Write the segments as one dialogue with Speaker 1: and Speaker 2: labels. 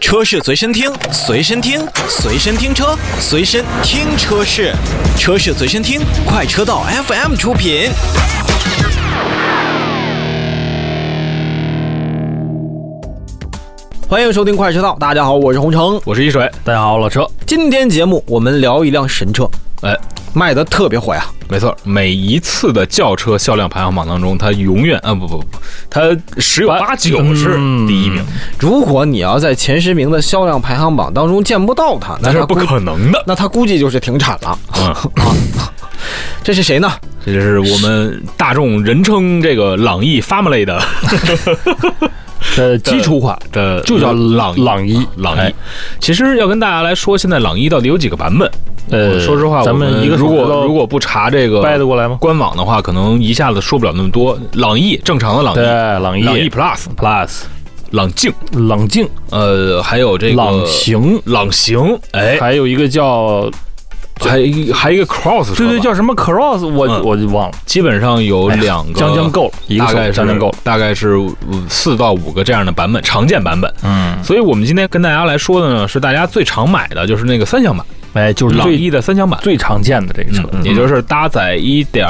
Speaker 1: 车是随身听，随身听，随身听车，随身听车是，车是随身听，快车道 FM 出品。欢迎收听快车道，大家好，我是洪城。
Speaker 2: 我是一水，大家好，老车。
Speaker 1: 今天节目我们聊一辆神车，
Speaker 2: 哎，
Speaker 1: 卖的特别火呀。
Speaker 2: 没错，每一次的轿车销量排行榜当中，它永远啊不不不，它十有八九嗯是第一名，
Speaker 1: 如果你要在前十名的销量排行榜当中见不到它，那
Speaker 2: 那是
Speaker 1: 它
Speaker 2: 不
Speaker 1: 估
Speaker 2: 可能的。
Speaker 1: 那它估计就是停产了。 啊
Speaker 2: 嗯，
Speaker 1: 这是谁呢？
Speaker 2: 这就是我们大众人称这个朗逸 Family 的
Speaker 3: 呃，基础款
Speaker 2: 的，
Speaker 3: 就叫
Speaker 2: 朗逸啊
Speaker 3: 朗逸
Speaker 2: 朗
Speaker 3: 哎
Speaker 2: 逸。其实要跟大家来说，现在朗逸到底有几个版本？
Speaker 3: 呃
Speaker 2: 我说实话，
Speaker 3: 咱们
Speaker 2: 我们
Speaker 3: 一个手
Speaker 2: 如
Speaker 3: 指
Speaker 2: 果
Speaker 3: 头
Speaker 2: 如果不查这个
Speaker 3: 掰得过来吗？
Speaker 2: 官网的话，可能一下子说不了那么多。朗逸正常的朗
Speaker 3: 对，
Speaker 2: 逸，
Speaker 3: 朗
Speaker 2: 朗逸
Speaker 3: 逸
Speaker 2: Plus、
Speaker 3: Plus、
Speaker 2: 朗境，
Speaker 3: 朗境、
Speaker 2: 呃，还有这个
Speaker 3: 朗行，
Speaker 2: 朗行，哎，
Speaker 3: 还有一个叫
Speaker 2: 还一还一个 cross，
Speaker 3: 对
Speaker 2: 车
Speaker 3: 对
Speaker 2: 吧
Speaker 3: 叫什么 Cross，我
Speaker 2: 嗯
Speaker 3: 我就忘了，
Speaker 2: 基本上有两个，
Speaker 3: 将将，够了，一个
Speaker 2: 大
Speaker 3: 手
Speaker 2: 概是
Speaker 3: 将将够了。，
Speaker 2: 大概是五四到五个这样的版本，常见版本。
Speaker 3: 嗯，
Speaker 2: 所以我们今天跟大家来说的呢，是大家最常买的就是那个三厢版，
Speaker 3: 哎，就是
Speaker 2: 朗
Speaker 3: 最
Speaker 2: 逸的三厢版，
Speaker 3: 最常见的这个车，
Speaker 2: 嗯也就是搭载一点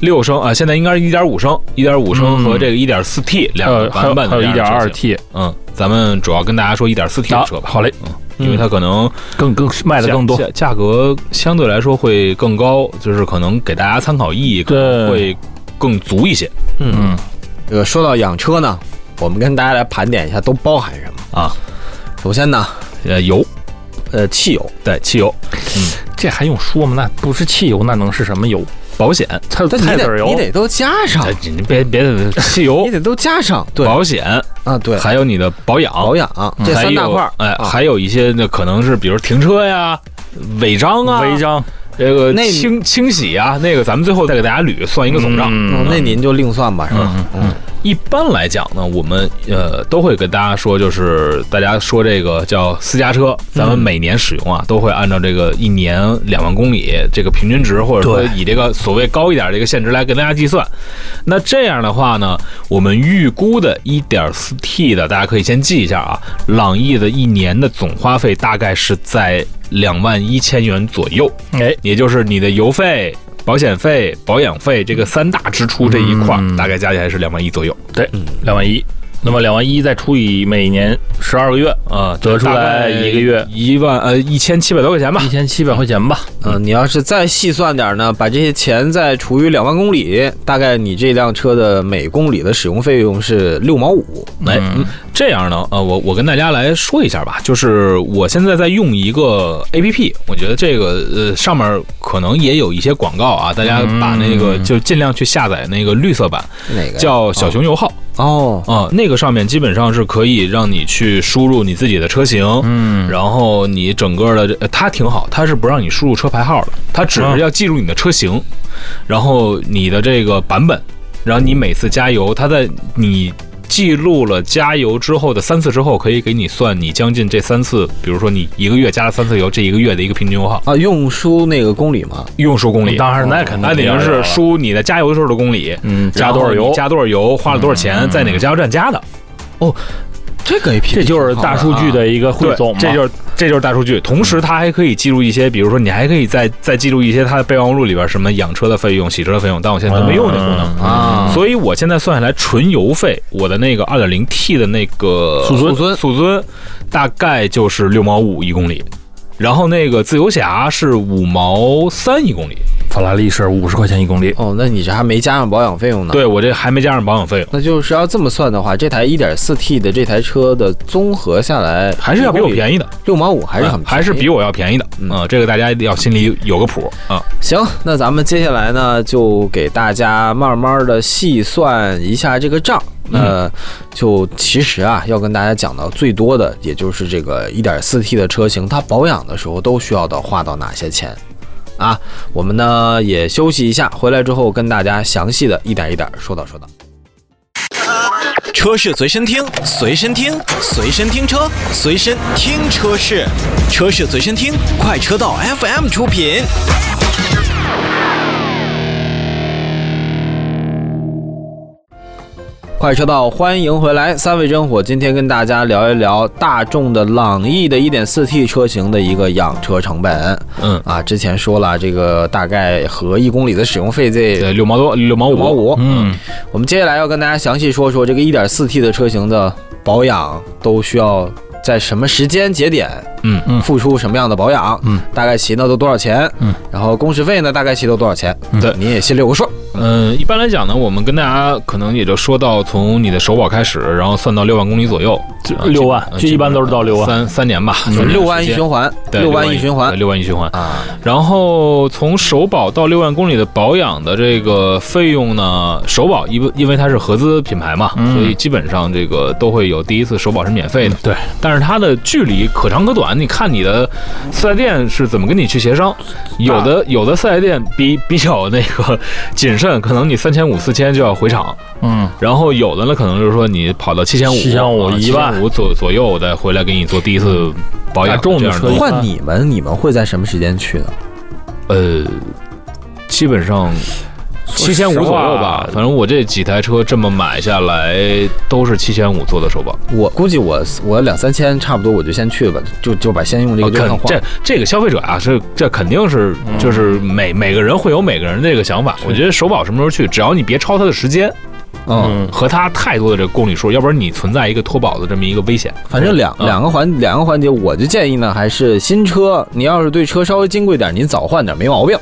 Speaker 2: 六升啊，现在应该是一点五升，一点五升
Speaker 3: 嗯
Speaker 2: 和这个一点四 T 两个
Speaker 3: 呃，还
Speaker 2: 版
Speaker 3: 有
Speaker 2: 本
Speaker 3: 还
Speaker 2: 的
Speaker 3: 有
Speaker 2: 这
Speaker 3: 一
Speaker 2: 样的
Speaker 3: 点
Speaker 2: 车
Speaker 3: 二
Speaker 2: 型。
Speaker 3: T 啊
Speaker 2: 嗯，咱们主要跟大家说一点四 T 的车吧，
Speaker 3: 好嘞，
Speaker 2: 因为它可能
Speaker 3: 更更卖的
Speaker 2: 价
Speaker 3: 更多，
Speaker 2: 价价格相对来说会更高，就是可能给大家参考意义可能
Speaker 3: 对
Speaker 2: 会更足一些
Speaker 3: 嗯，
Speaker 1: 这个说到养车呢，我们跟大家来盘点一下都包含什么。
Speaker 2: 啊。
Speaker 1: 首先呢，
Speaker 2: 呃，油
Speaker 1: 呃，汽油，
Speaker 2: 对汽油、
Speaker 3: 这还用说吗？那不是汽油，那能是什么油？
Speaker 2: 保险，
Speaker 3: 菜
Speaker 1: 但
Speaker 3: 菜
Speaker 1: 你
Speaker 3: 籽
Speaker 1: 得你
Speaker 3: 油，
Speaker 1: 得都加上
Speaker 2: 哎，你别别汽油
Speaker 1: 你、得都加上，对
Speaker 2: 保险，
Speaker 1: 啊，对，
Speaker 2: 还有你的保养，
Speaker 1: 保养啊这
Speaker 2: 还
Speaker 1: 三大
Speaker 2: 有
Speaker 1: 块儿，
Speaker 2: 哎，
Speaker 1: 啊
Speaker 2: 还有一些那可能是比如停车呀、违章啊、
Speaker 3: 违章，
Speaker 2: 这个
Speaker 1: 那
Speaker 2: 清清洗啊，那个咱们最后再给大家捋算一个总账。
Speaker 1: 嗯，那您就另算吧，是吧？嗯，
Speaker 2: 一般来讲呢，我们呃都会跟大家说，就是大家说这个叫私家车，咱
Speaker 3: 嗯
Speaker 2: 们每年使用啊，都会按照这个一年两万公里这个平均值，或者说
Speaker 3: 对
Speaker 2: 以这个所谓高一点这个限值来跟大家计算。那这样的话呢，我们预估的 1.4T 的，大家可以先记一下啊，朗逸的一年的总花费大概是在两万一千元左右，
Speaker 3: 哎，
Speaker 2: 也就是你的油费。保险费、保养费这个三大支出这一块儿，
Speaker 3: 嗯
Speaker 2: 大概加起来是两万一左右。
Speaker 3: 对，两万一。那么两万一再除以每年十二个月，
Speaker 2: 啊，
Speaker 3: 得出来
Speaker 2: 大概
Speaker 3: 一个月
Speaker 2: 一万呃一千七百多块钱吧
Speaker 3: 一。千七百块钱吧。
Speaker 1: 呃，你要是再细算点儿呢，把这些钱再除以两万公里，大概你这辆车的每公里的使用费用是六毛五。
Speaker 2: 哎，
Speaker 3: 嗯
Speaker 2: 这样呢，呃，我我跟大家来说一下吧，就是我现在在用一个 A P P，我觉得这个呃上面可能也有一些广告啊，大家
Speaker 3: 嗯
Speaker 2: 把那个、就尽量去下载那个绿色版，
Speaker 1: 哪个呀
Speaker 3: 嗯
Speaker 2: 叫小熊油耗
Speaker 1: 哦，
Speaker 2: 啊、那个上面基本上是可以让你去输入你自己的车型，
Speaker 3: 嗯，
Speaker 2: 然后你整个的这呃它挺好，它是不让你输入车牌号的，它只
Speaker 3: 啊
Speaker 2: 是要记录你的车型，然后你的这个版本，然后你每次加油，它在你记录了加油之后的三次之后，可以给你算你将近这三次，比如说你一个月加了三次油，这一个月的一个平均油耗，
Speaker 1: 啊，用输那个公里吗？
Speaker 2: 用输公里。
Speaker 3: 当然那肯定
Speaker 2: 那等于是输你的加油时候的公里，
Speaker 3: 嗯加多少
Speaker 2: 然后
Speaker 3: 油
Speaker 2: 你，加多少油，花了多少钱，
Speaker 3: 嗯
Speaker 2: 在哪个加油站加的，
Speaker 1: 这个 A P P
Speaker 3: 这就是大数据的一个汇
Speaker 2: 啊对，
Speaker 3: 总嘛。
Speaker 2: 这就是这就是大数据。同时，它还可以记录一些，比如说你还可以再再记录一些它的备忘录里边什么养车的费用、洗车的费用，但我现在都没用那功能。
Speaker 3: 嗯
Speaker 1: 啊，
Speaker 2: 所以我现在算下来，纯油费，我的那个 2.0T 的那个
Speaker 3: 速尊
Speaker 2: 速尊大概就是六毛五一公里，然后那个自由侠是五毛三一公里。
Speaker 3: 法拉利是五十块钱一公里，
Speaker 1: 哦，那你这还没加上保养费用呢。，
Speaker 2: 对我这还没加上保养费用，
Speaker 1: 那就是要这么算的话，这台 1.4T 的这台车的综合下来
Speaker 2: 还是要比我便
Speaker 1: 宜，
Speaker 2: 宜的，嗯
Speaker 1: 六毛五还是很便宜
Speaker 2: 还是比我要便宜的。
Speaker 1: 嗯
Speaker 2: 啊，这个大家要心里有个谱啊。
Speaker 1: 行，那咱们接下来呢，就给大家慢慢的细算一下这个账。
Speaker 2: 嗯
Speaker 1: 那就其实啊，要跟大家讲到最多的，也就是这个 1.4T 的车型，它保养的时候都需要到花到哪些钱啊？我们呢也休息一下，回来之后跟大家详细的一点一点说道说道。车是随身听，随身听，随身听车，随身听车是，车是随身听，快车道 FM 出品。快车道，欢迎回来，三位真火，今天跟大家聊一聊大众的朗逸的 1.4T 车型的一个养车成本
Speaker 2: 嗯，
Speaker 1: 啊。之前说了，这个大概合一公里的使用费这
Speaker 2: 对，六毛多，六毛五，
Speaker 1: 五毛五。
Speaker 2: 嗯，
Speaker 1: 我们接下来要跟大家详细说说这个 1.4T 的车型的保养都需要在什么时间节点，
Speaker 2: 嗯
Speaker 3: 嗯
Speaker 1: 付出什么样的保养，
Speaker 3: 嗯，
Speaker 1: 大概骑呢都多少钱，
Speaker 3: 嗯，
Speaker 1: 然后工时费呢大概骑到多少钱，
Speaker 3: 嗯
Speaker 2: 对
Speaker 1: 你也心里有个数，
Speaker 2: 嗯，一般来讲呢，我们跟大家可能也就说到从你的首保开始，然后算到六万公里左右，
Speaker 3: 就
Speaker 2: 啊
Speaker 3: 六万
Speaker 2: 基本
Speaker 3: 就一般都是到六万嗯
Speaker 2: 三三年吧，三年
Speaker 1: 六万一
Speaker 2: 嗯时间
Speaker 1: 循环，
Speaker 2: 对
Speaker 1: 六万一循环
Speaker 2: 对六万一循环。
Speaker 1: 啊，
Speaker 2: 然后从首保到六万公里的保养的这个费用呢，首保因因为它是合资品牌嘛，
Speaker 3: 嗯
Speaker 2: 所以基本上这个都会有第一次首保是免费的。
Speaker 3: 对，
Speaker 2: 但是它的距离可长可短，你看你的四 S 店是怎么跟你去协商。有的有的四 S 店比比较那个谨慎，可能你三千五四千就要回厂，
Speaker 3: 嗯，
Speaker 2: 然后有的呢可能就是说你跑到七千五、
Speaker 3: 7500
Speaker 2: 一万五左左右再回来给你做第一次保养。
Speaker 3: 大众的
Speaker 2: 这样
Speaker 3: 车
Speaker 1: 换你们，你们会在什么时间去呢？
Speaker 2: 呃，基本上七千五左右吧。反正我这几台车这么买下来，都是七千五做的首保。
Speaker 1: 我估计我我两三千差不多我就先去吧，就就把先用这个
Speaker 2: 啊
Speaker 1: 就
Speaker 2: 肯
Speaker 1: 换换。
Speaker 2: 这这个消费者啊，是这肯定是
Speaker 3: 嗯
Speaker 2: 就是每每个人会有每个人这个想法。我觉得首保什么时候去，只要你别超它的时间
Speaker 1: 嗯，
Speaker 2: 和它太多的这个公里数，要不然你存在一个脱保的这么一个危险。
Speaker 1: 反正两
Speaker 2: 嗯
Speaker 1: 两个环两个环节，我就建议呢，还是新车，你要是对车稍微金贵点，您早换点没毛病，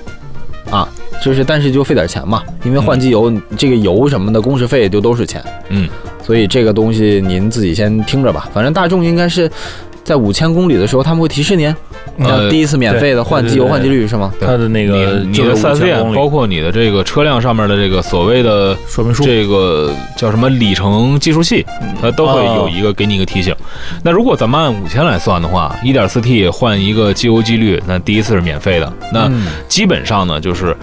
Speaker 1: 啊，就是但是就费点钱嘛，因为换机油这个油什么的工时费就都是钱，
Speaker 2: 嗯，
Speaker 1: 所以这个东西您自己先听着吧，反正大众应该是。在五千公里的时候，他们会提示您，要
Speaker 2: 呃
Speaker 1: 第一次免费的换机油、
Speaker 3: 对对对
Speaker 1: 换机率是吗？
Speaker 2: 对
Speaker 3: 它的那
Speaker 2: 你
Speaker 3: 个
Speaker 2: 你
Speaker 3: 呃就是
Speaker 2: 的四 S
Speaker 3: 5000
Speaker 2: 店，
Speaker 3: 公里
Speaker 2: 包括你的这个车辆上面的这个所谓的
Speaker 3: 说明书，
Speaker 2: 这个叫什么里程计数器，
Speaker 1: 嗯
Speaker 2: 它都会有一个给你一个提醒。那如果咱们按五千来算的话，一点四 T 换一个机油机滤，那第一次是免费的。那
Speaker 1: 嗯
Speaker 2: 基本上呢，就是。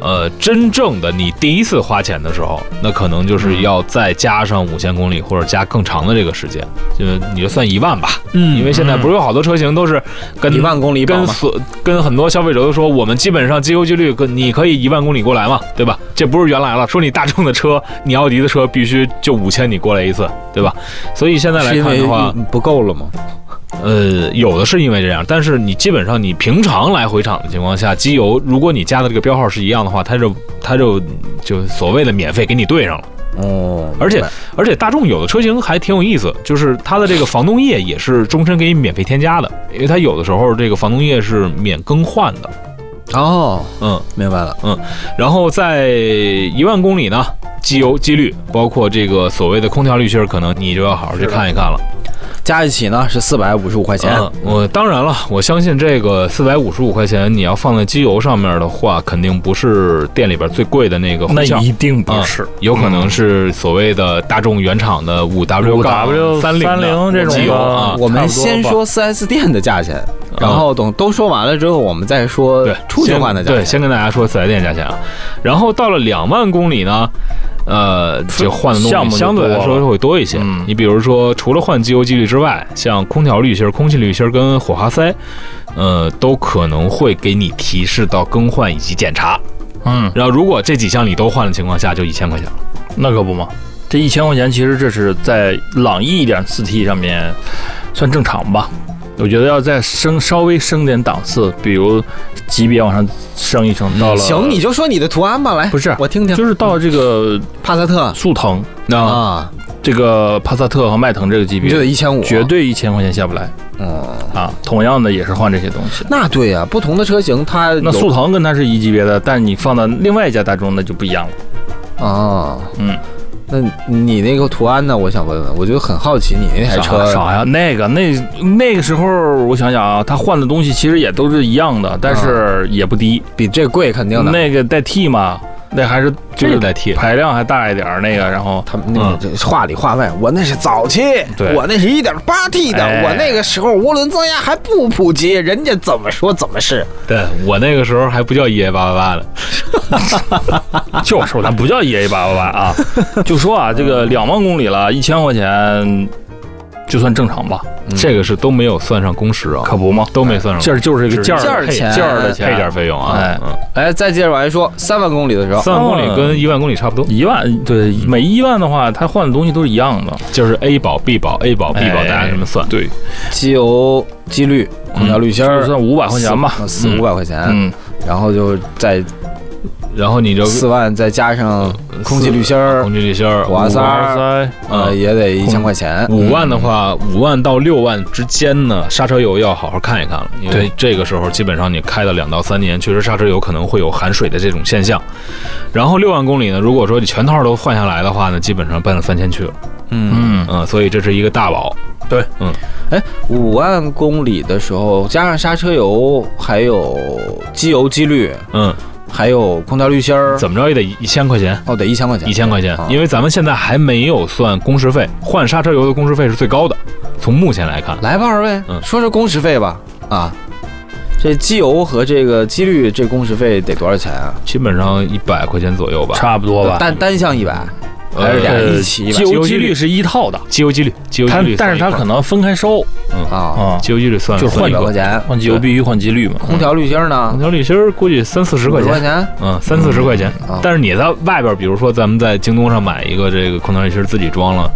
Speaker 2: 呃，真正的你第一次花钱的时候，那可能就是要再加上五千公里或者加更长的这个时间，就你就算一万吧，
Speaker 1: 嗯
Speaker 2: 因为现在不是有好多车型都是跟
Speaker 1: 一万公里保
Speaker 2: 跟
Speaker 1: 嘛，
Speaker 2: 所跟很多消费者都说，我们基本上机油机滤，跟你可以一万公里过来嘛，对吧？这不是原来了，说你大众的车，你奥迪的车必须就五千你过来一次，对吧？所以现在来
Speaker 1: 是因
Speaker 2: 看
Speaker 1: 为
Speaker 2: 的话，
Speaker 1: 不够了吗？
Speaker 2: 呃，有的是因为这样，但是你基本上你平常来回厂的情况下，机油如果你加的这个标号是一样的话，它就它就就所谓的免费给你对上了。
Speaker 1: 哦，
Speaker 2: 而且而且大众有的车型还挺有意思，就是它的这个防冻液也是终身给你免费添加的，因为它有的时候这个防冻液是免更换的，
Speaker 1: 哦，
Speaker 2: 嗯。
Speaker 1: 明白了，
Speaker 2: 然后在一万公里呢，机油机滤，包括这个所谓的空调滤芯儿，可能你就要好好去看一看了。
Speaker 1: 加一起呢是四百五十五块钱。
Speaker 2: 嗯，我当然了，我相信这个四百五十五块钱，你要放在机油上面的话，肯定不是店里边最贵的那个
Speaker 3: 那
Speaker 2: 混效。
Speaker 3: 一定不是。
Speaker 2: 有可能是所谓的大众原厂的五 W 杠
Speaker 3: 5W
Speaker 2: 三零
Speaker 3: 30这种
Speaker 2: 机油啊
Speaker 3: 的，
Speaker 1: 我们先说4 S 店的价钱，
Speaker 3: 啊
Speaker 1: 然后等都说完了之后，我们再说
Speaker 2: 对，
Speaker 1: 出去
Speaker 2: 先
Speaker 1: 换的价
Speaker 2: 对，
Speaker 1: 钱。
Speaker 2: 先跟大家说四 S 店价钱啊，然后到了两万公里呢，呃，这换的
Speaker 3: 项
Speaker 2: 东
Speaker 3: 目
Speaker 2: 西
Speaker 3: 就
Speaker 2: 相对来
Speaker 3: 多
Speaker 2: 说
Speaker 3: 了
Speaker 2: 会多一些。
Speaker 3: 嗯
Speaker 2: 你比如说，除了换机油机滤之外，像空调滤芯儿、空气滤芯儿跟火花塞，呃，都可能会给你提示到更换以及检查。
Speaker 3: 嗯，
Speaker 2: 然后，如果这几项你都换的情况下，就一千块钱了。
Speaker 3: 那可不嘛。这一千块钱其实这是在朗逸一点四 T 上面算正常吧。我觉得要再升稍微升点档次，比如级别往上升一升，到了
Speaker 1: 行，你就说你的图案吧，来，
Speaker 3: 不是
Speaker 1: 我听听，
Speaker 3: 就是啊到这个
Speaker 1: 帕萨特
Speaker 3: 速腾、
Speaker 2: 那
Speaker 1: 啊，
Speaker 3: 这个帕萨特和迈腾这个级
Speaker 1: 你就得
Speaker 3: 别，
Speaker 1: 一千五，
Speaker 3: 绝，对一千块钱下不来
Speaker 1: 嗯，
Speaker 3: 啊。同样的也是换这些东西。
Speaker 1: 那对呀，不同的车型它有
Speaker 3: 那速腾跟它是一级别的，但你放到另外一家大众那就不一样了。
Speaker 1: 啊，
Speaker 3: 嗯，
Speaker 1: 那你那个图案呢？我想问问，我就很好奇你那台车
Speaker 3: 啥啥呀？那个那那个时候，我想想啊，他换的东西其实也都是一样的，但
Speaker 2: 嗯
Speaker 3: 是也不低。
Speaker 1: 比这贵肯定的，
Speaker 3: 那个代替嘛，那还是就
Speaker 2: 这
Speaker 3: 是
Speaker 2: 个代替。
Speaker 3: 排量还大一点儿那个，然后
Speaker 1: 他们那个这话里话外，我那是早期，
Speaker 3: 嗯对
Speaker 1: 我那是一点八 T 的，
Speaker 3: 哎
Speaker 1: 我那个时候涡轮增压还不普及，人家怎么说怎么是。
Speaker 2: 对我那个时候还不叫一 A 八八八呢，啊
Speaker 3: 就是咱不叫一 A 八八八 啊，就说啊，这个两万公里了，一千块钱就算正常吧。
Speaker 1: 嗯
Speaker 2: 这个是都没有算上工时啊，
Speaker 3: 可不嘛，
Speaker 2: 都没算上
Speaker 3: 这
Speaker 2: 工时，
Speaker 3: 儿就是一个
Speaker 2: 只
Speaker 3: 件
Speaker 1: 件
Speaker 3: 儿
Speaker 1: 儿
Speaker 3: 配
Speaker 1: 钱
Speaker 3: 件儿的
Speaker 1: 这
Speaker 3: 钱，
Speaker 2: 配件费用啊
Speaker 3: 哎，
Speaker 2: 嗯
Speaker 1: 来，再接着往下说，三万公里
Speaker 3: 哦
Speaker 1: 的时候，
Speaker 2: 三万公里跟一万公里差不多，
Speaker 3: 一万对，每一万的话，他换的东西都是一样的。
Speaker 2: 就是 A 保 B 保 A 保 B 保，
Speaker 3: 哎
Speaker 2: 大家这么算。
Speaker 3: 对，
Speaker 1: 机油、机滤、空调滤芯
Speaker 3: 嗯就
Speaker 1: 儿，
Speaker 3: 算五百块钱吧。
Speaker 1: 四四
Speaker 2: 嗯
Speaker 1: 五百块钱，
Speaker 3: 嗯，
Speaker 1: 然后就再
Speaker 2: 然后你就
Speaker 1: 四万，再加上空气滤芯儿
Speaker 2: 空，气滤芯儿
Speaker 1: 火花塞
Speaker 3: 二
Speaker 1: 儿，
Speaker 3: 三，嗯
Speaker 1: 呃，
Speaker 2: 嗯
Speaker 1: 也得一千块钱。
Speaker 2: 五万的话，五万到六万之间呢，刹车油要好好看一看了，因为
Speaker 3: 对
Speaker 2: 这个时候基本上你开了两到三年，确实刹车油可能会有含水的这种现象。然后六万公里呢，如果说你全套都换下来的话呢，基本上奔了三千去了，
Speaker 1: 嗯，
Speaker 3: 嗯，
Speaker 2: 嗯，所以这是一个大保。
Speaker 1: 五万公里的时候，加上刹车油，还有机油、机滤，
Speaker 2: 嗯，
Speaker 1: 还有空调滤芯儿，
Speaker 2: 怎么着也得一千块钱，
Speaker 1: 哦，得一千块钱，
Speaker 2: 一千块钱
Speaker 1: 啊，
Speaker 2: 因为咱们现在还没有算工时费，换刹车油的工时费是最高的，从目前来看，
Speaker 1: 来吧，二位，
Speaker 2: 嗯
Speaker 1: 说说工时费吧。啊，这机油和这个机滤这工时费得多少钱啊？
Speaker 2: 基本上一百块钱左右吧。
Speaker 3: 差不多吧。
Speaker 1: 单单项一百，还是俩
Speaker 2: 呃
Speaker 1: 一起一
Speaker 3: 机
Speaker 1: 百
Speaker 3: 油机滤是一套的，
Speaker 2: 机油机滤，机油机
Speaker 3: 它
Speaker 2: 滤算一块儿，
Speaker 3: 但是它可能分开收
Speaker 1: 啊？
Speaker 3: 啊，
Speaker 2: 机油机滤算
Speaker 1: 就是
Speaker 2: 算
Speaker 1: 换一
Speaker 2: 一
Speaker 1: 百
Speaker 2: 个
Speaker 1: 块钱。
Speaker 3: 换机油必须换机滤嘛。嗯
Speaker 1: 空调滤芯儿呢
Speaker 2: 空？调滤芯儿估计三四十块
Speaker 1: 50块
Speaker 2: 钱，
Speaker 1: 钱
Speaker 2: 嗯，三四十块钱
Speaker 1: 啊。
Speaker 2: 但是你在外边，比如说咱们在京东上买一个这个空调滤芯儿自己装了，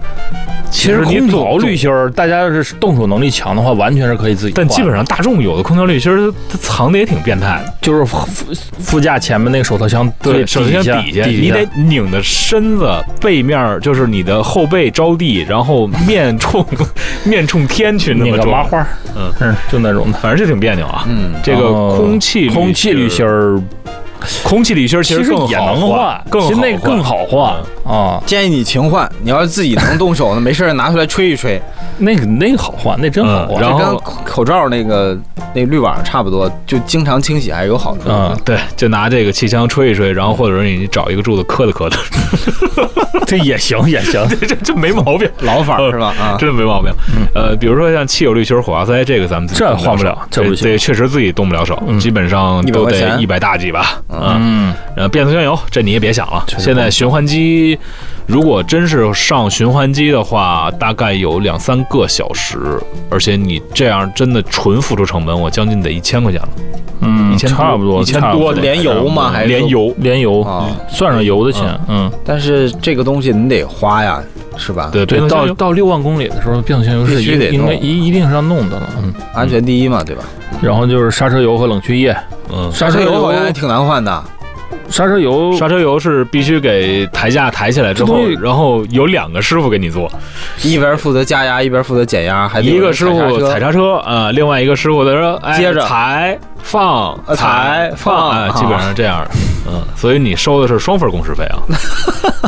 Speaker 3: 其实
Speaker 2: 你
Speaker 3: 空
Speaker 2: 总
Speaker 3: 调滤，芯儿，大家要是动手能力强的话，完全是可以自己换
Speaker 2: 但
Speaker 3: 的。
Speaker 2: 基本上大众有的空调滤芯儿它它藏的也挺变态的，
Speaker 3: 就是副副驾前面那个手套箱最
Speaker 2: 首先
Speaker 3: 下
Speaker 2: 底下
Speaker 3: 底
Speaker 2: 你得拧的身子背面儿就是你的后背着地，然后面冲 面冲天去那
Speaker 3: 拧
Speaker 2: 么
Speaker 3: 个麻
Speaker 2: 装，
Speaker 3: 花，
Speaker 2: 嗯
Speaker 3: 嗯，就那种的。
Speaker 2: 反正是挺别扭啊。
Speaker 1: 嗯，
Speaker 2: 这个空气
Speaker 3: 哦空气滤芯
Speaker 2: 儿，
Speaker 3: 儿
Speaker 2: 空气滤芯儿其
Speaker 3: 其实
Speaker 2: 更
Speaker 3: 也
Speaker 2: 好
Speaker 3: 能
Speaker 2: 换，更
Speaker 3: 其实
Speaker 2: 好
Speaker 3: 那个
Speaker 2: 换
Speaker 3: 更
Speaker 2: 嗯
Speaker 3: 好换啊，
Speaker 1: 建议你勤换。你要是自己能动手呢，没事儿拿出来吹一吹，
Speaker 3: 那个那个好换，那真好
Speaker 2: 嗯
Speaker 3: 换。
Speaker 2: 然后
Speaker 1: 跟口口罩那个那滤网差不多，就经常清洗还是有好处。
Speaker 3: 嗯，
Speaker 2: 对，就拿这个气枪吹一吹，然后或者是你找一个柱子磕的磕的，
Speaker 3: 啊 这也行也行，
Speaker 2: 这这这没毛病，
Speaker 1: 老法儿是吧？啊，
Speaker 2: 真的没毛病。呃，比如说像汽油滤芯儿、火花塞，这个咱们自己
Speaker 3: 嗯这
Speaker 2: 动不
Speaker 3: 换不
Speaker 2: 手
Speaker 3: 了这不行
Speaker 2: 对，确实自己动不了手，
Speaker 3: 嗯
Speaker 2: 基本上
Speaker 1: 100
Speaker 2: 都
Speaker 1: 块
Speaker 2: 得
Speaker 1: 钱
Speaker 2: 一百大几吧。嗯，
Speaker 3: 嗯，
Speaker 2: 然后变速箱油这你也别想了，
Speaker 3: 确实
Speaker 2: 现在循环机如果真是上循环机的话，大概有两三个小时，而且你这样真的纯付出成本，我将近得一千块钱了，
Speaker 3: 嗯，
Speaker 2: 一千
Speaker 3: 差不多，
Speaker 2: 一千
Speaker 3: 差不
Speaker 2: 多的
Speaker 1: 连油吗还是
Speaker 2: 连油。
Speaker 3: 连油
Speaker 1: 啊
Speaker 3: 算上油的钱，嗯，
Speaker 1: 但是这这个东西你得花呀，是吧？，
Speaker 2: 对，变速
Speaker 3: 对，
Speaker 2: 箱
Speaker 3: 到
Speaker 2: 油
Speaker 3: 到六万公里的时候，变速箱油是
Speaker 1: 必须
Speaker 3: 一
Speaker 1: 得
Speaker 3: 应该
Speaker 1: 弄
Speaker 3: 一一定是要弄的了，嗯，
Speaker 1: 安全第一嘛，对吧？
Speaker 3: 然后就是刹车油和冷却液，
Speaker 2: 嗯，
Speaker 3: 刹
Speaker 1: 车
Speaker 3: 车
Speaker 1: 油
Speaker 3: 油
Speaker 1: 好像也挺难换的。
Speaker 3: 刹车油
Speaker 2: 刹车油是必须给抬架抬起来之
Speaker 3: 哦这
Speaker 2: 后
Speaker 3: 东西，
Speaker 2: 然后有两个师傅给你做，
Speaker 1: 一边负责加压，一边负责减压，还得有
Speaker 2: 一
Speaker 1: 人
Speaker 2: 个师傅
Speaker 1: 哎踩刹车。
Speaker 2: 踩刹车啊、呃另外一个师傅他说，哎，
Speaker 1: 接着
Speaker 2: 抬放
Speaker 1: 呃踩放
Speaker 2: 哎
Speaker 1: 啊
Speaker 2: 基本上这样的，嗯，所以你收的是双份工时费啊，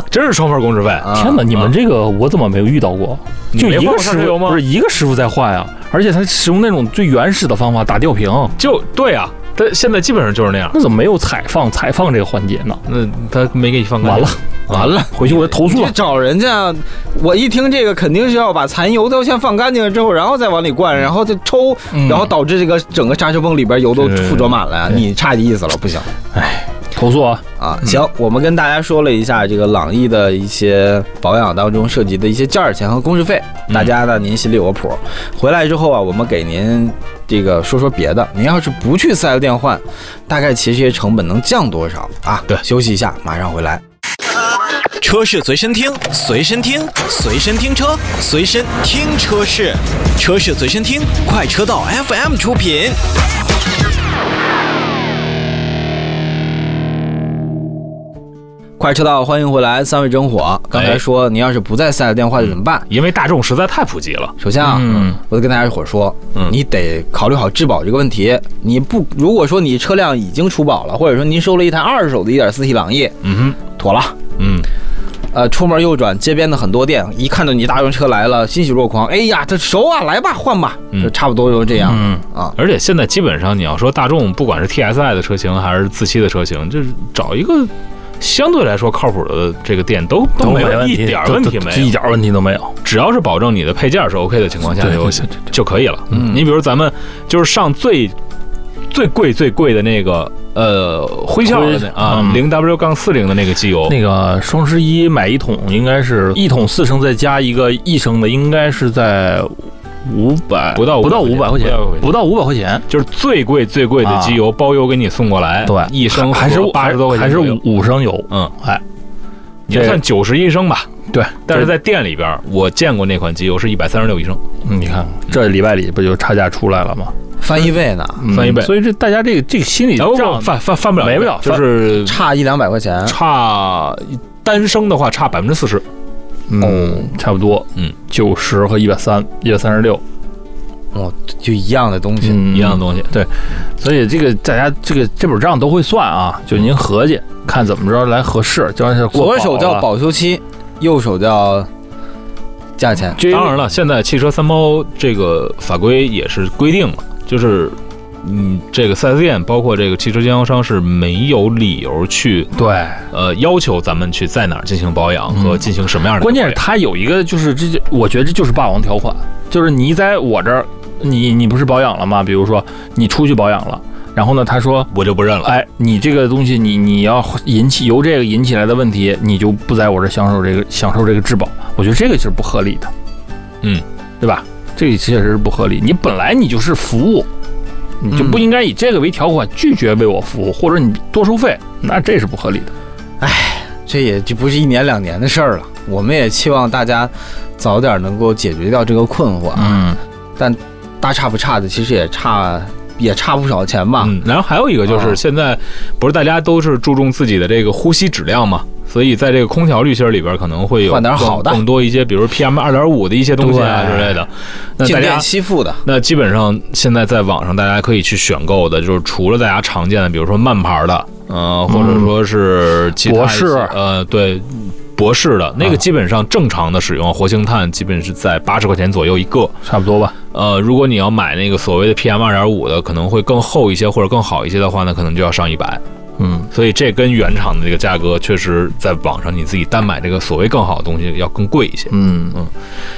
Speaker 2: 真是双份工时费。
Speaker 1: 啊
Speaker 3: 天哪，你们这个我怎么没有遇到过？
Speaker 2: 你
Speaker 3: 就
Speaker 2: 没换
Speaker 3: 一个
Speaker 2: 过刹
Speaker 3: 师
Speaker 2: 车油
Speaker 3: 傅
Speaker 2: 吗
Speaker 3: 不是一个师傅在换呀，而且他使用那种最原始的方法打吊瓶，
Speaker 2: 就对啊，他现在基本上就是那样。
Speaker 3: 那怎么没有采放采放这个环节呢？
Speaker 2: 那他没给你放干
Speaker 3: 完
Speaker 2: 净
Speaker 3: 了，
Speaker 1: 完了，
Speaker 3: 回去我就投
Speaker 1: 你
Speaker 3: 诉
Speaker 1: 去
Speaker 3: 了。
Speaker 1: 找人家，我一听这个肯定是要把残油都先放干净了之后，然后再往里灌，然后再抽，
Speaker 3: 嗯
Speaker 1: 然后导致这个整个刹车泵里边油都附着满了，
Speaker 3: 对
Speaker 1: 你差意思了，不行
Speaker 3: 投诉啊，
Speaker 1: 啊！行，我们跟大家说了一下这个朗逸的一些保养当中涉及的一些件儿钱和工时费，
Speaker 2: 嗯
Speaker 1: 大家呢您心里有个谱。回来之后啊，我们给您这个说说别的，您要是不去四 S 店换，大概其实这些成本能降多少啊？
Speaker 2: 对
Speaker 1: 休息一下，马上回来。
Speaker 4: 车是随身听，随身听，随身听车，随身听车是，车是随身听，快车道 FM 出品。
Speaker 1: 快车道，欢迎回来，三位真火。刚才说您要是不在四 S 店换怎么办？
Speaker 2: 因为大众实在太普及了。
Speaker 1: 首先啊，
Speaker 3: 嗯
Speaker 1: 我得跟大家一伙儿说，
Speaker 2: 嗯
Speaker 1: 你得考虑好质保这个问题。你不，如果说你车辆已经除保了，或者说您收了一台二手的 1.4T 朗逸，
Speaker 2: 嗯
Speaker 1: 妥了。
Speaker 2: 哼，嗯，
Speaker 1: 呃，出门右转，街边的很多店一看到你大众车来了，欣喜若狂。哎呀，这熟啊，来吧，换吧，
Speaker 2: 嗯
Speaker 1: 就差不多就是这样、
Speaker 3: 嗯，
Speaker 1: 啊。
Speaker 2: 而且现在基本上你要说大众，不管是 TSI 的车型还是自吸的车型，就是找一个相对来说靠谱的这个店都都没
Speaker 3: 没
Speaker 2: 有
Speaker 3: 问
Speaker 2: 一
Speaker 3: 题，
Speaker 2: 点儿
Speaker 3: 都
Speaker 2: 问
Speaker 3: 都
Speaker 2: 题
Speaker 3: 都
Speaker 2: 没
Speaker 3: 一
Speaker 2: 有，哦
Speaker 3: 点儿问题都没有。
Speaker 2: 只要是保证你的配件是 OK 的情况下
Speaker 3: 对
Speaker 2: 就
Speaker 3: 对对
Speaker 2: 就可以了。
Speaker 1: 嗯
Speaker 2: 你比如咱们就是上最最贵最贵的那个呃辉效的那啊
Speaker 3: 嗯
Speaker 2: 零 W 杠四零的那个机油，
Speaker 3: 那个双十一买一桶，应该是一桶四升，再加一个一升的，应该是在五百
Speaker 2: 不到
Speaker 3: 不到五
Speaker 2: 500
Speaker 3: 百块
Speaker 2: 不
Speaker 3: 钱
Speaker 2: 到500块，钱
Speaker 3: 不到五百块钱，
Speaker 2: 就是最贵最贵的机油，包邮给你送过来，
Speaker 3: 啊对
Speaker 2: 一升
Speaker 3: 还是
Speaker 2: 嗯八十多块钱
Speaker 3: 还是
Speaker 2: 左右
Speaker 3: 五五升油，
Speaker 2: 嗯，
Speaker 3: 哎，
Speaker 2: 你就
Speaker 3: 这
Speaker 2: 算九十一升吧。
Speaker 3: 对，
Speaker 2: 但是
Speaker 3: 这
Speaker 2: 在店里边，我见过那款机油是一百三十六一升，
Speaker 3: 嗯你看这礼拜里不就差价出来了吗？
Speaker 1: 翻一倍呢，
Speaker 3: 嗯
Speaker 2: 翻一倍
Speaker 3: 所以这大家这个这个心理
Speaker 2: 哎不不
Speaker 3: 账
Speaker 2: 翻翻翻不了，
Speaker 3: 没不了
Speaker 2: 就是
Speaker 1: 差一两百块钱，
Speaker 2: 差单升的话差百分之四十，
Speaker 3: 嗯，差不多，
Speaker 2: 嗯，
Speaker 3: 九十和一百三，一百三十六，
Speaker 1: 就一样的东西。
Speaker 3: 嗯，
Speaker 2: 一样的东西。
Speaker 3: 所以这个大家这个这本账都会算啊，就您合计看怎么着来合适，就完事儿过
Speaker 1: 左手
Speaker 3: 保啊
Speaker 1: 叫
Speaker 3: 了，
Speaker 1: 保修期，右手叫价钱。
Speaker 3: 这
Speaker 2: 当然了，现在汽车三包这个法规也是规定了，就是嗯，这个 4S 店包括这个汽车经销商是没有理由去
Speaker 3: 对，
Speaker 2: 呃要求咱们去在哪儿进行保养和
Speaker 3: 嗯
Speaker 2: 进行什么样的保养、
Speaker 3: 关键是它有一个就是这，这我觉得这就是霸王条款，就是你在我这儿，你你不是保养了吗？比如说你出去保养了，然后呢，他说。
Speaker 2: 我就不认了。
Speaker 3: 哎，你这个东西你，你要引起由这个引起来的问题，你就不在我这儿享受这个享受这个质保，我觉得这个是不合理的，
Speaker 2: 嗯，
Speaker 3: 对吧？这个确实是不合理。你本来你就是服务，你就不应该以这个为条款拒绝为我服务，或者你多收费，那这是不合理的。
Speaker 1: 这也就不是一年两年的事儿了。我们也期望大家早点能够解决掉这个困惑。啊。
Speaker 3: 嗯，
Speaker 1: 大差不差的，其实也差也差不少钱吧。
Speaker 2: 嗯，然后还有一个就是
Speaker 1: 啊
Speaker 2: 现在不是大家都是注重自己的这个呼吸质量嘛，所以在这个空调滤芯儿里边可能会有
Speaker 1: 换点好
Speaker 2: 更
Speaker 1: 的
Speaker 2: 更多一些，比如 PM 二点五的一些东西啊
Speaker 3: 对
Speaker 2: 之类的。那
Speaker 1: 静
Speaker 2: 大家
Speaker 1: 电吸附的，
Speaker 2: 那基本上现在在网上大家可以去选购的，就是除了大家常见的，比如说慢牌的，呃，或
Speaker 1: 嗯
Speaker 2: 者说是其他
Speaker 3: 博
Speaker 2: 一些
Speaker 3: 士
Speaker 2: 呃，对，博士的
Speaker 1: 啊
Speaker 2: 那个基本上正常的使用，活性炭基本是在八十块钱左右一个。
Speaker 3: 差不多吧。
Speaker 2: 呃，如果你要买那个所谓的 PM 二点五的，可能会更厚一些或者更好一些的话呢，可能就要上一百。
Speaker 3: 嗯，
Speaker 2: 所以这跟原厂的这个价格，确实在网上你自己单买这个所谓更好的东西要更贵一些。
Speaker 3: 嗯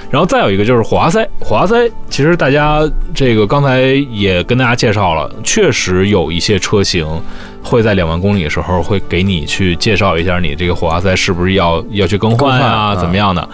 Speaker 2: 然后再有一个就是火花塞，火花塞其实大家这个刚才也跟大家介绍了，确实有一些车型会在两万公里的时候会给你去介绍一下你这个火花塞是不是要要去更换啊，
Speaker 1: 更换嗯
Speaker 2: 怎么样的。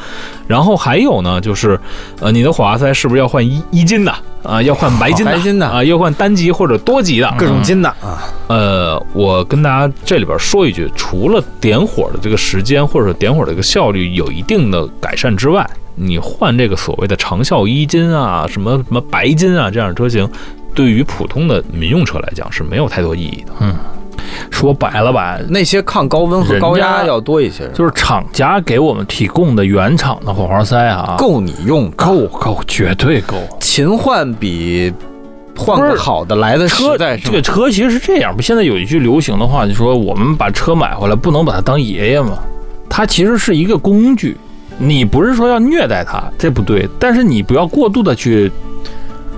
Speaker 2: 然后还有呢，就是呃你的火花塞是不是要换一一金的啊，要换白金的
Speaker 1: 白金的
Speaker 2: 啊，要换单级或者多级的。
Speaker 1: 各
Speaker 3: 嗯
Speaker 1: 种金的啊，
Speaker 2: 呃，我跟大家这里边说一句，除了点火的这个时间或者说点火的这个效率有一定的改善之外，你换这个所谓的长效一金啊、什么什么白金啊这样的车型，对于普通的民用车来讲是没有太多意义的。
Speaker 3: 说白了吧，
Speaker 1: 那些抗高温和高
Speaker 3: 人
Speaker 1: 压
Speaker 3: 家
Speaker 1: 要多一些，
Speaker 3: 就是厂家给我们提供的原厂的火花塞啊，
Speaker 1: 够你用的。
Speaker 3: 够够，绝对够。
Speaker 1: 勤换比换
Speaker 3: 不
Speaker 1: 个
Speaker 3: 是
Speaker 1: 好的来的
Speaker 3: 车
Speaker 1: 实在是
Speaker 3: 这个车其实是这样，不？现在有一句流行的话，就说我们把车买回来不能把它当爷爷嘛，它其实是一个工具，你不是说要虐待它，这不对，但是你不要过度的去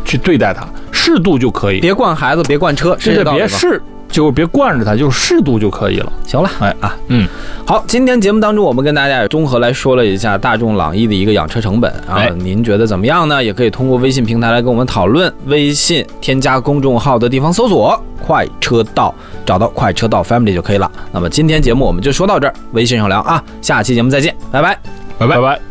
Speaker 3: 去对待它，适度就可以，
Speaker 1: 别惯孩子，别惯车，
Speaker 3: 这
Speaker 1: 这些
Speaker 3: 个
Speaker 1: 道理
Speaker 3: 别
Speaker 1: 吧
Speaker 3: 是就别惯着它，就是适度就可以了。
Speaker 1: 行了，
Speaker 3: 哎
Speaker 1: 啊，
Speaker 2: 嗯，
Speaker 1: 好，今天节目当中，我们跟大家也综合来说了一下大众朗逸的一个养车成本啊
Speaker 2: 哎，
Speaker 1: 您觉得怎么样呢？也可以通过微信平台来跟我们讨论，微信添加公众号的地方搜索“快车道”，找到“快车道 Family” 就可以了。那么今天节目我们就说到这儿，微信上聊啊，下期节目再见，拜拜。
Speaker 2: 拜
Speaker 3: 拜拜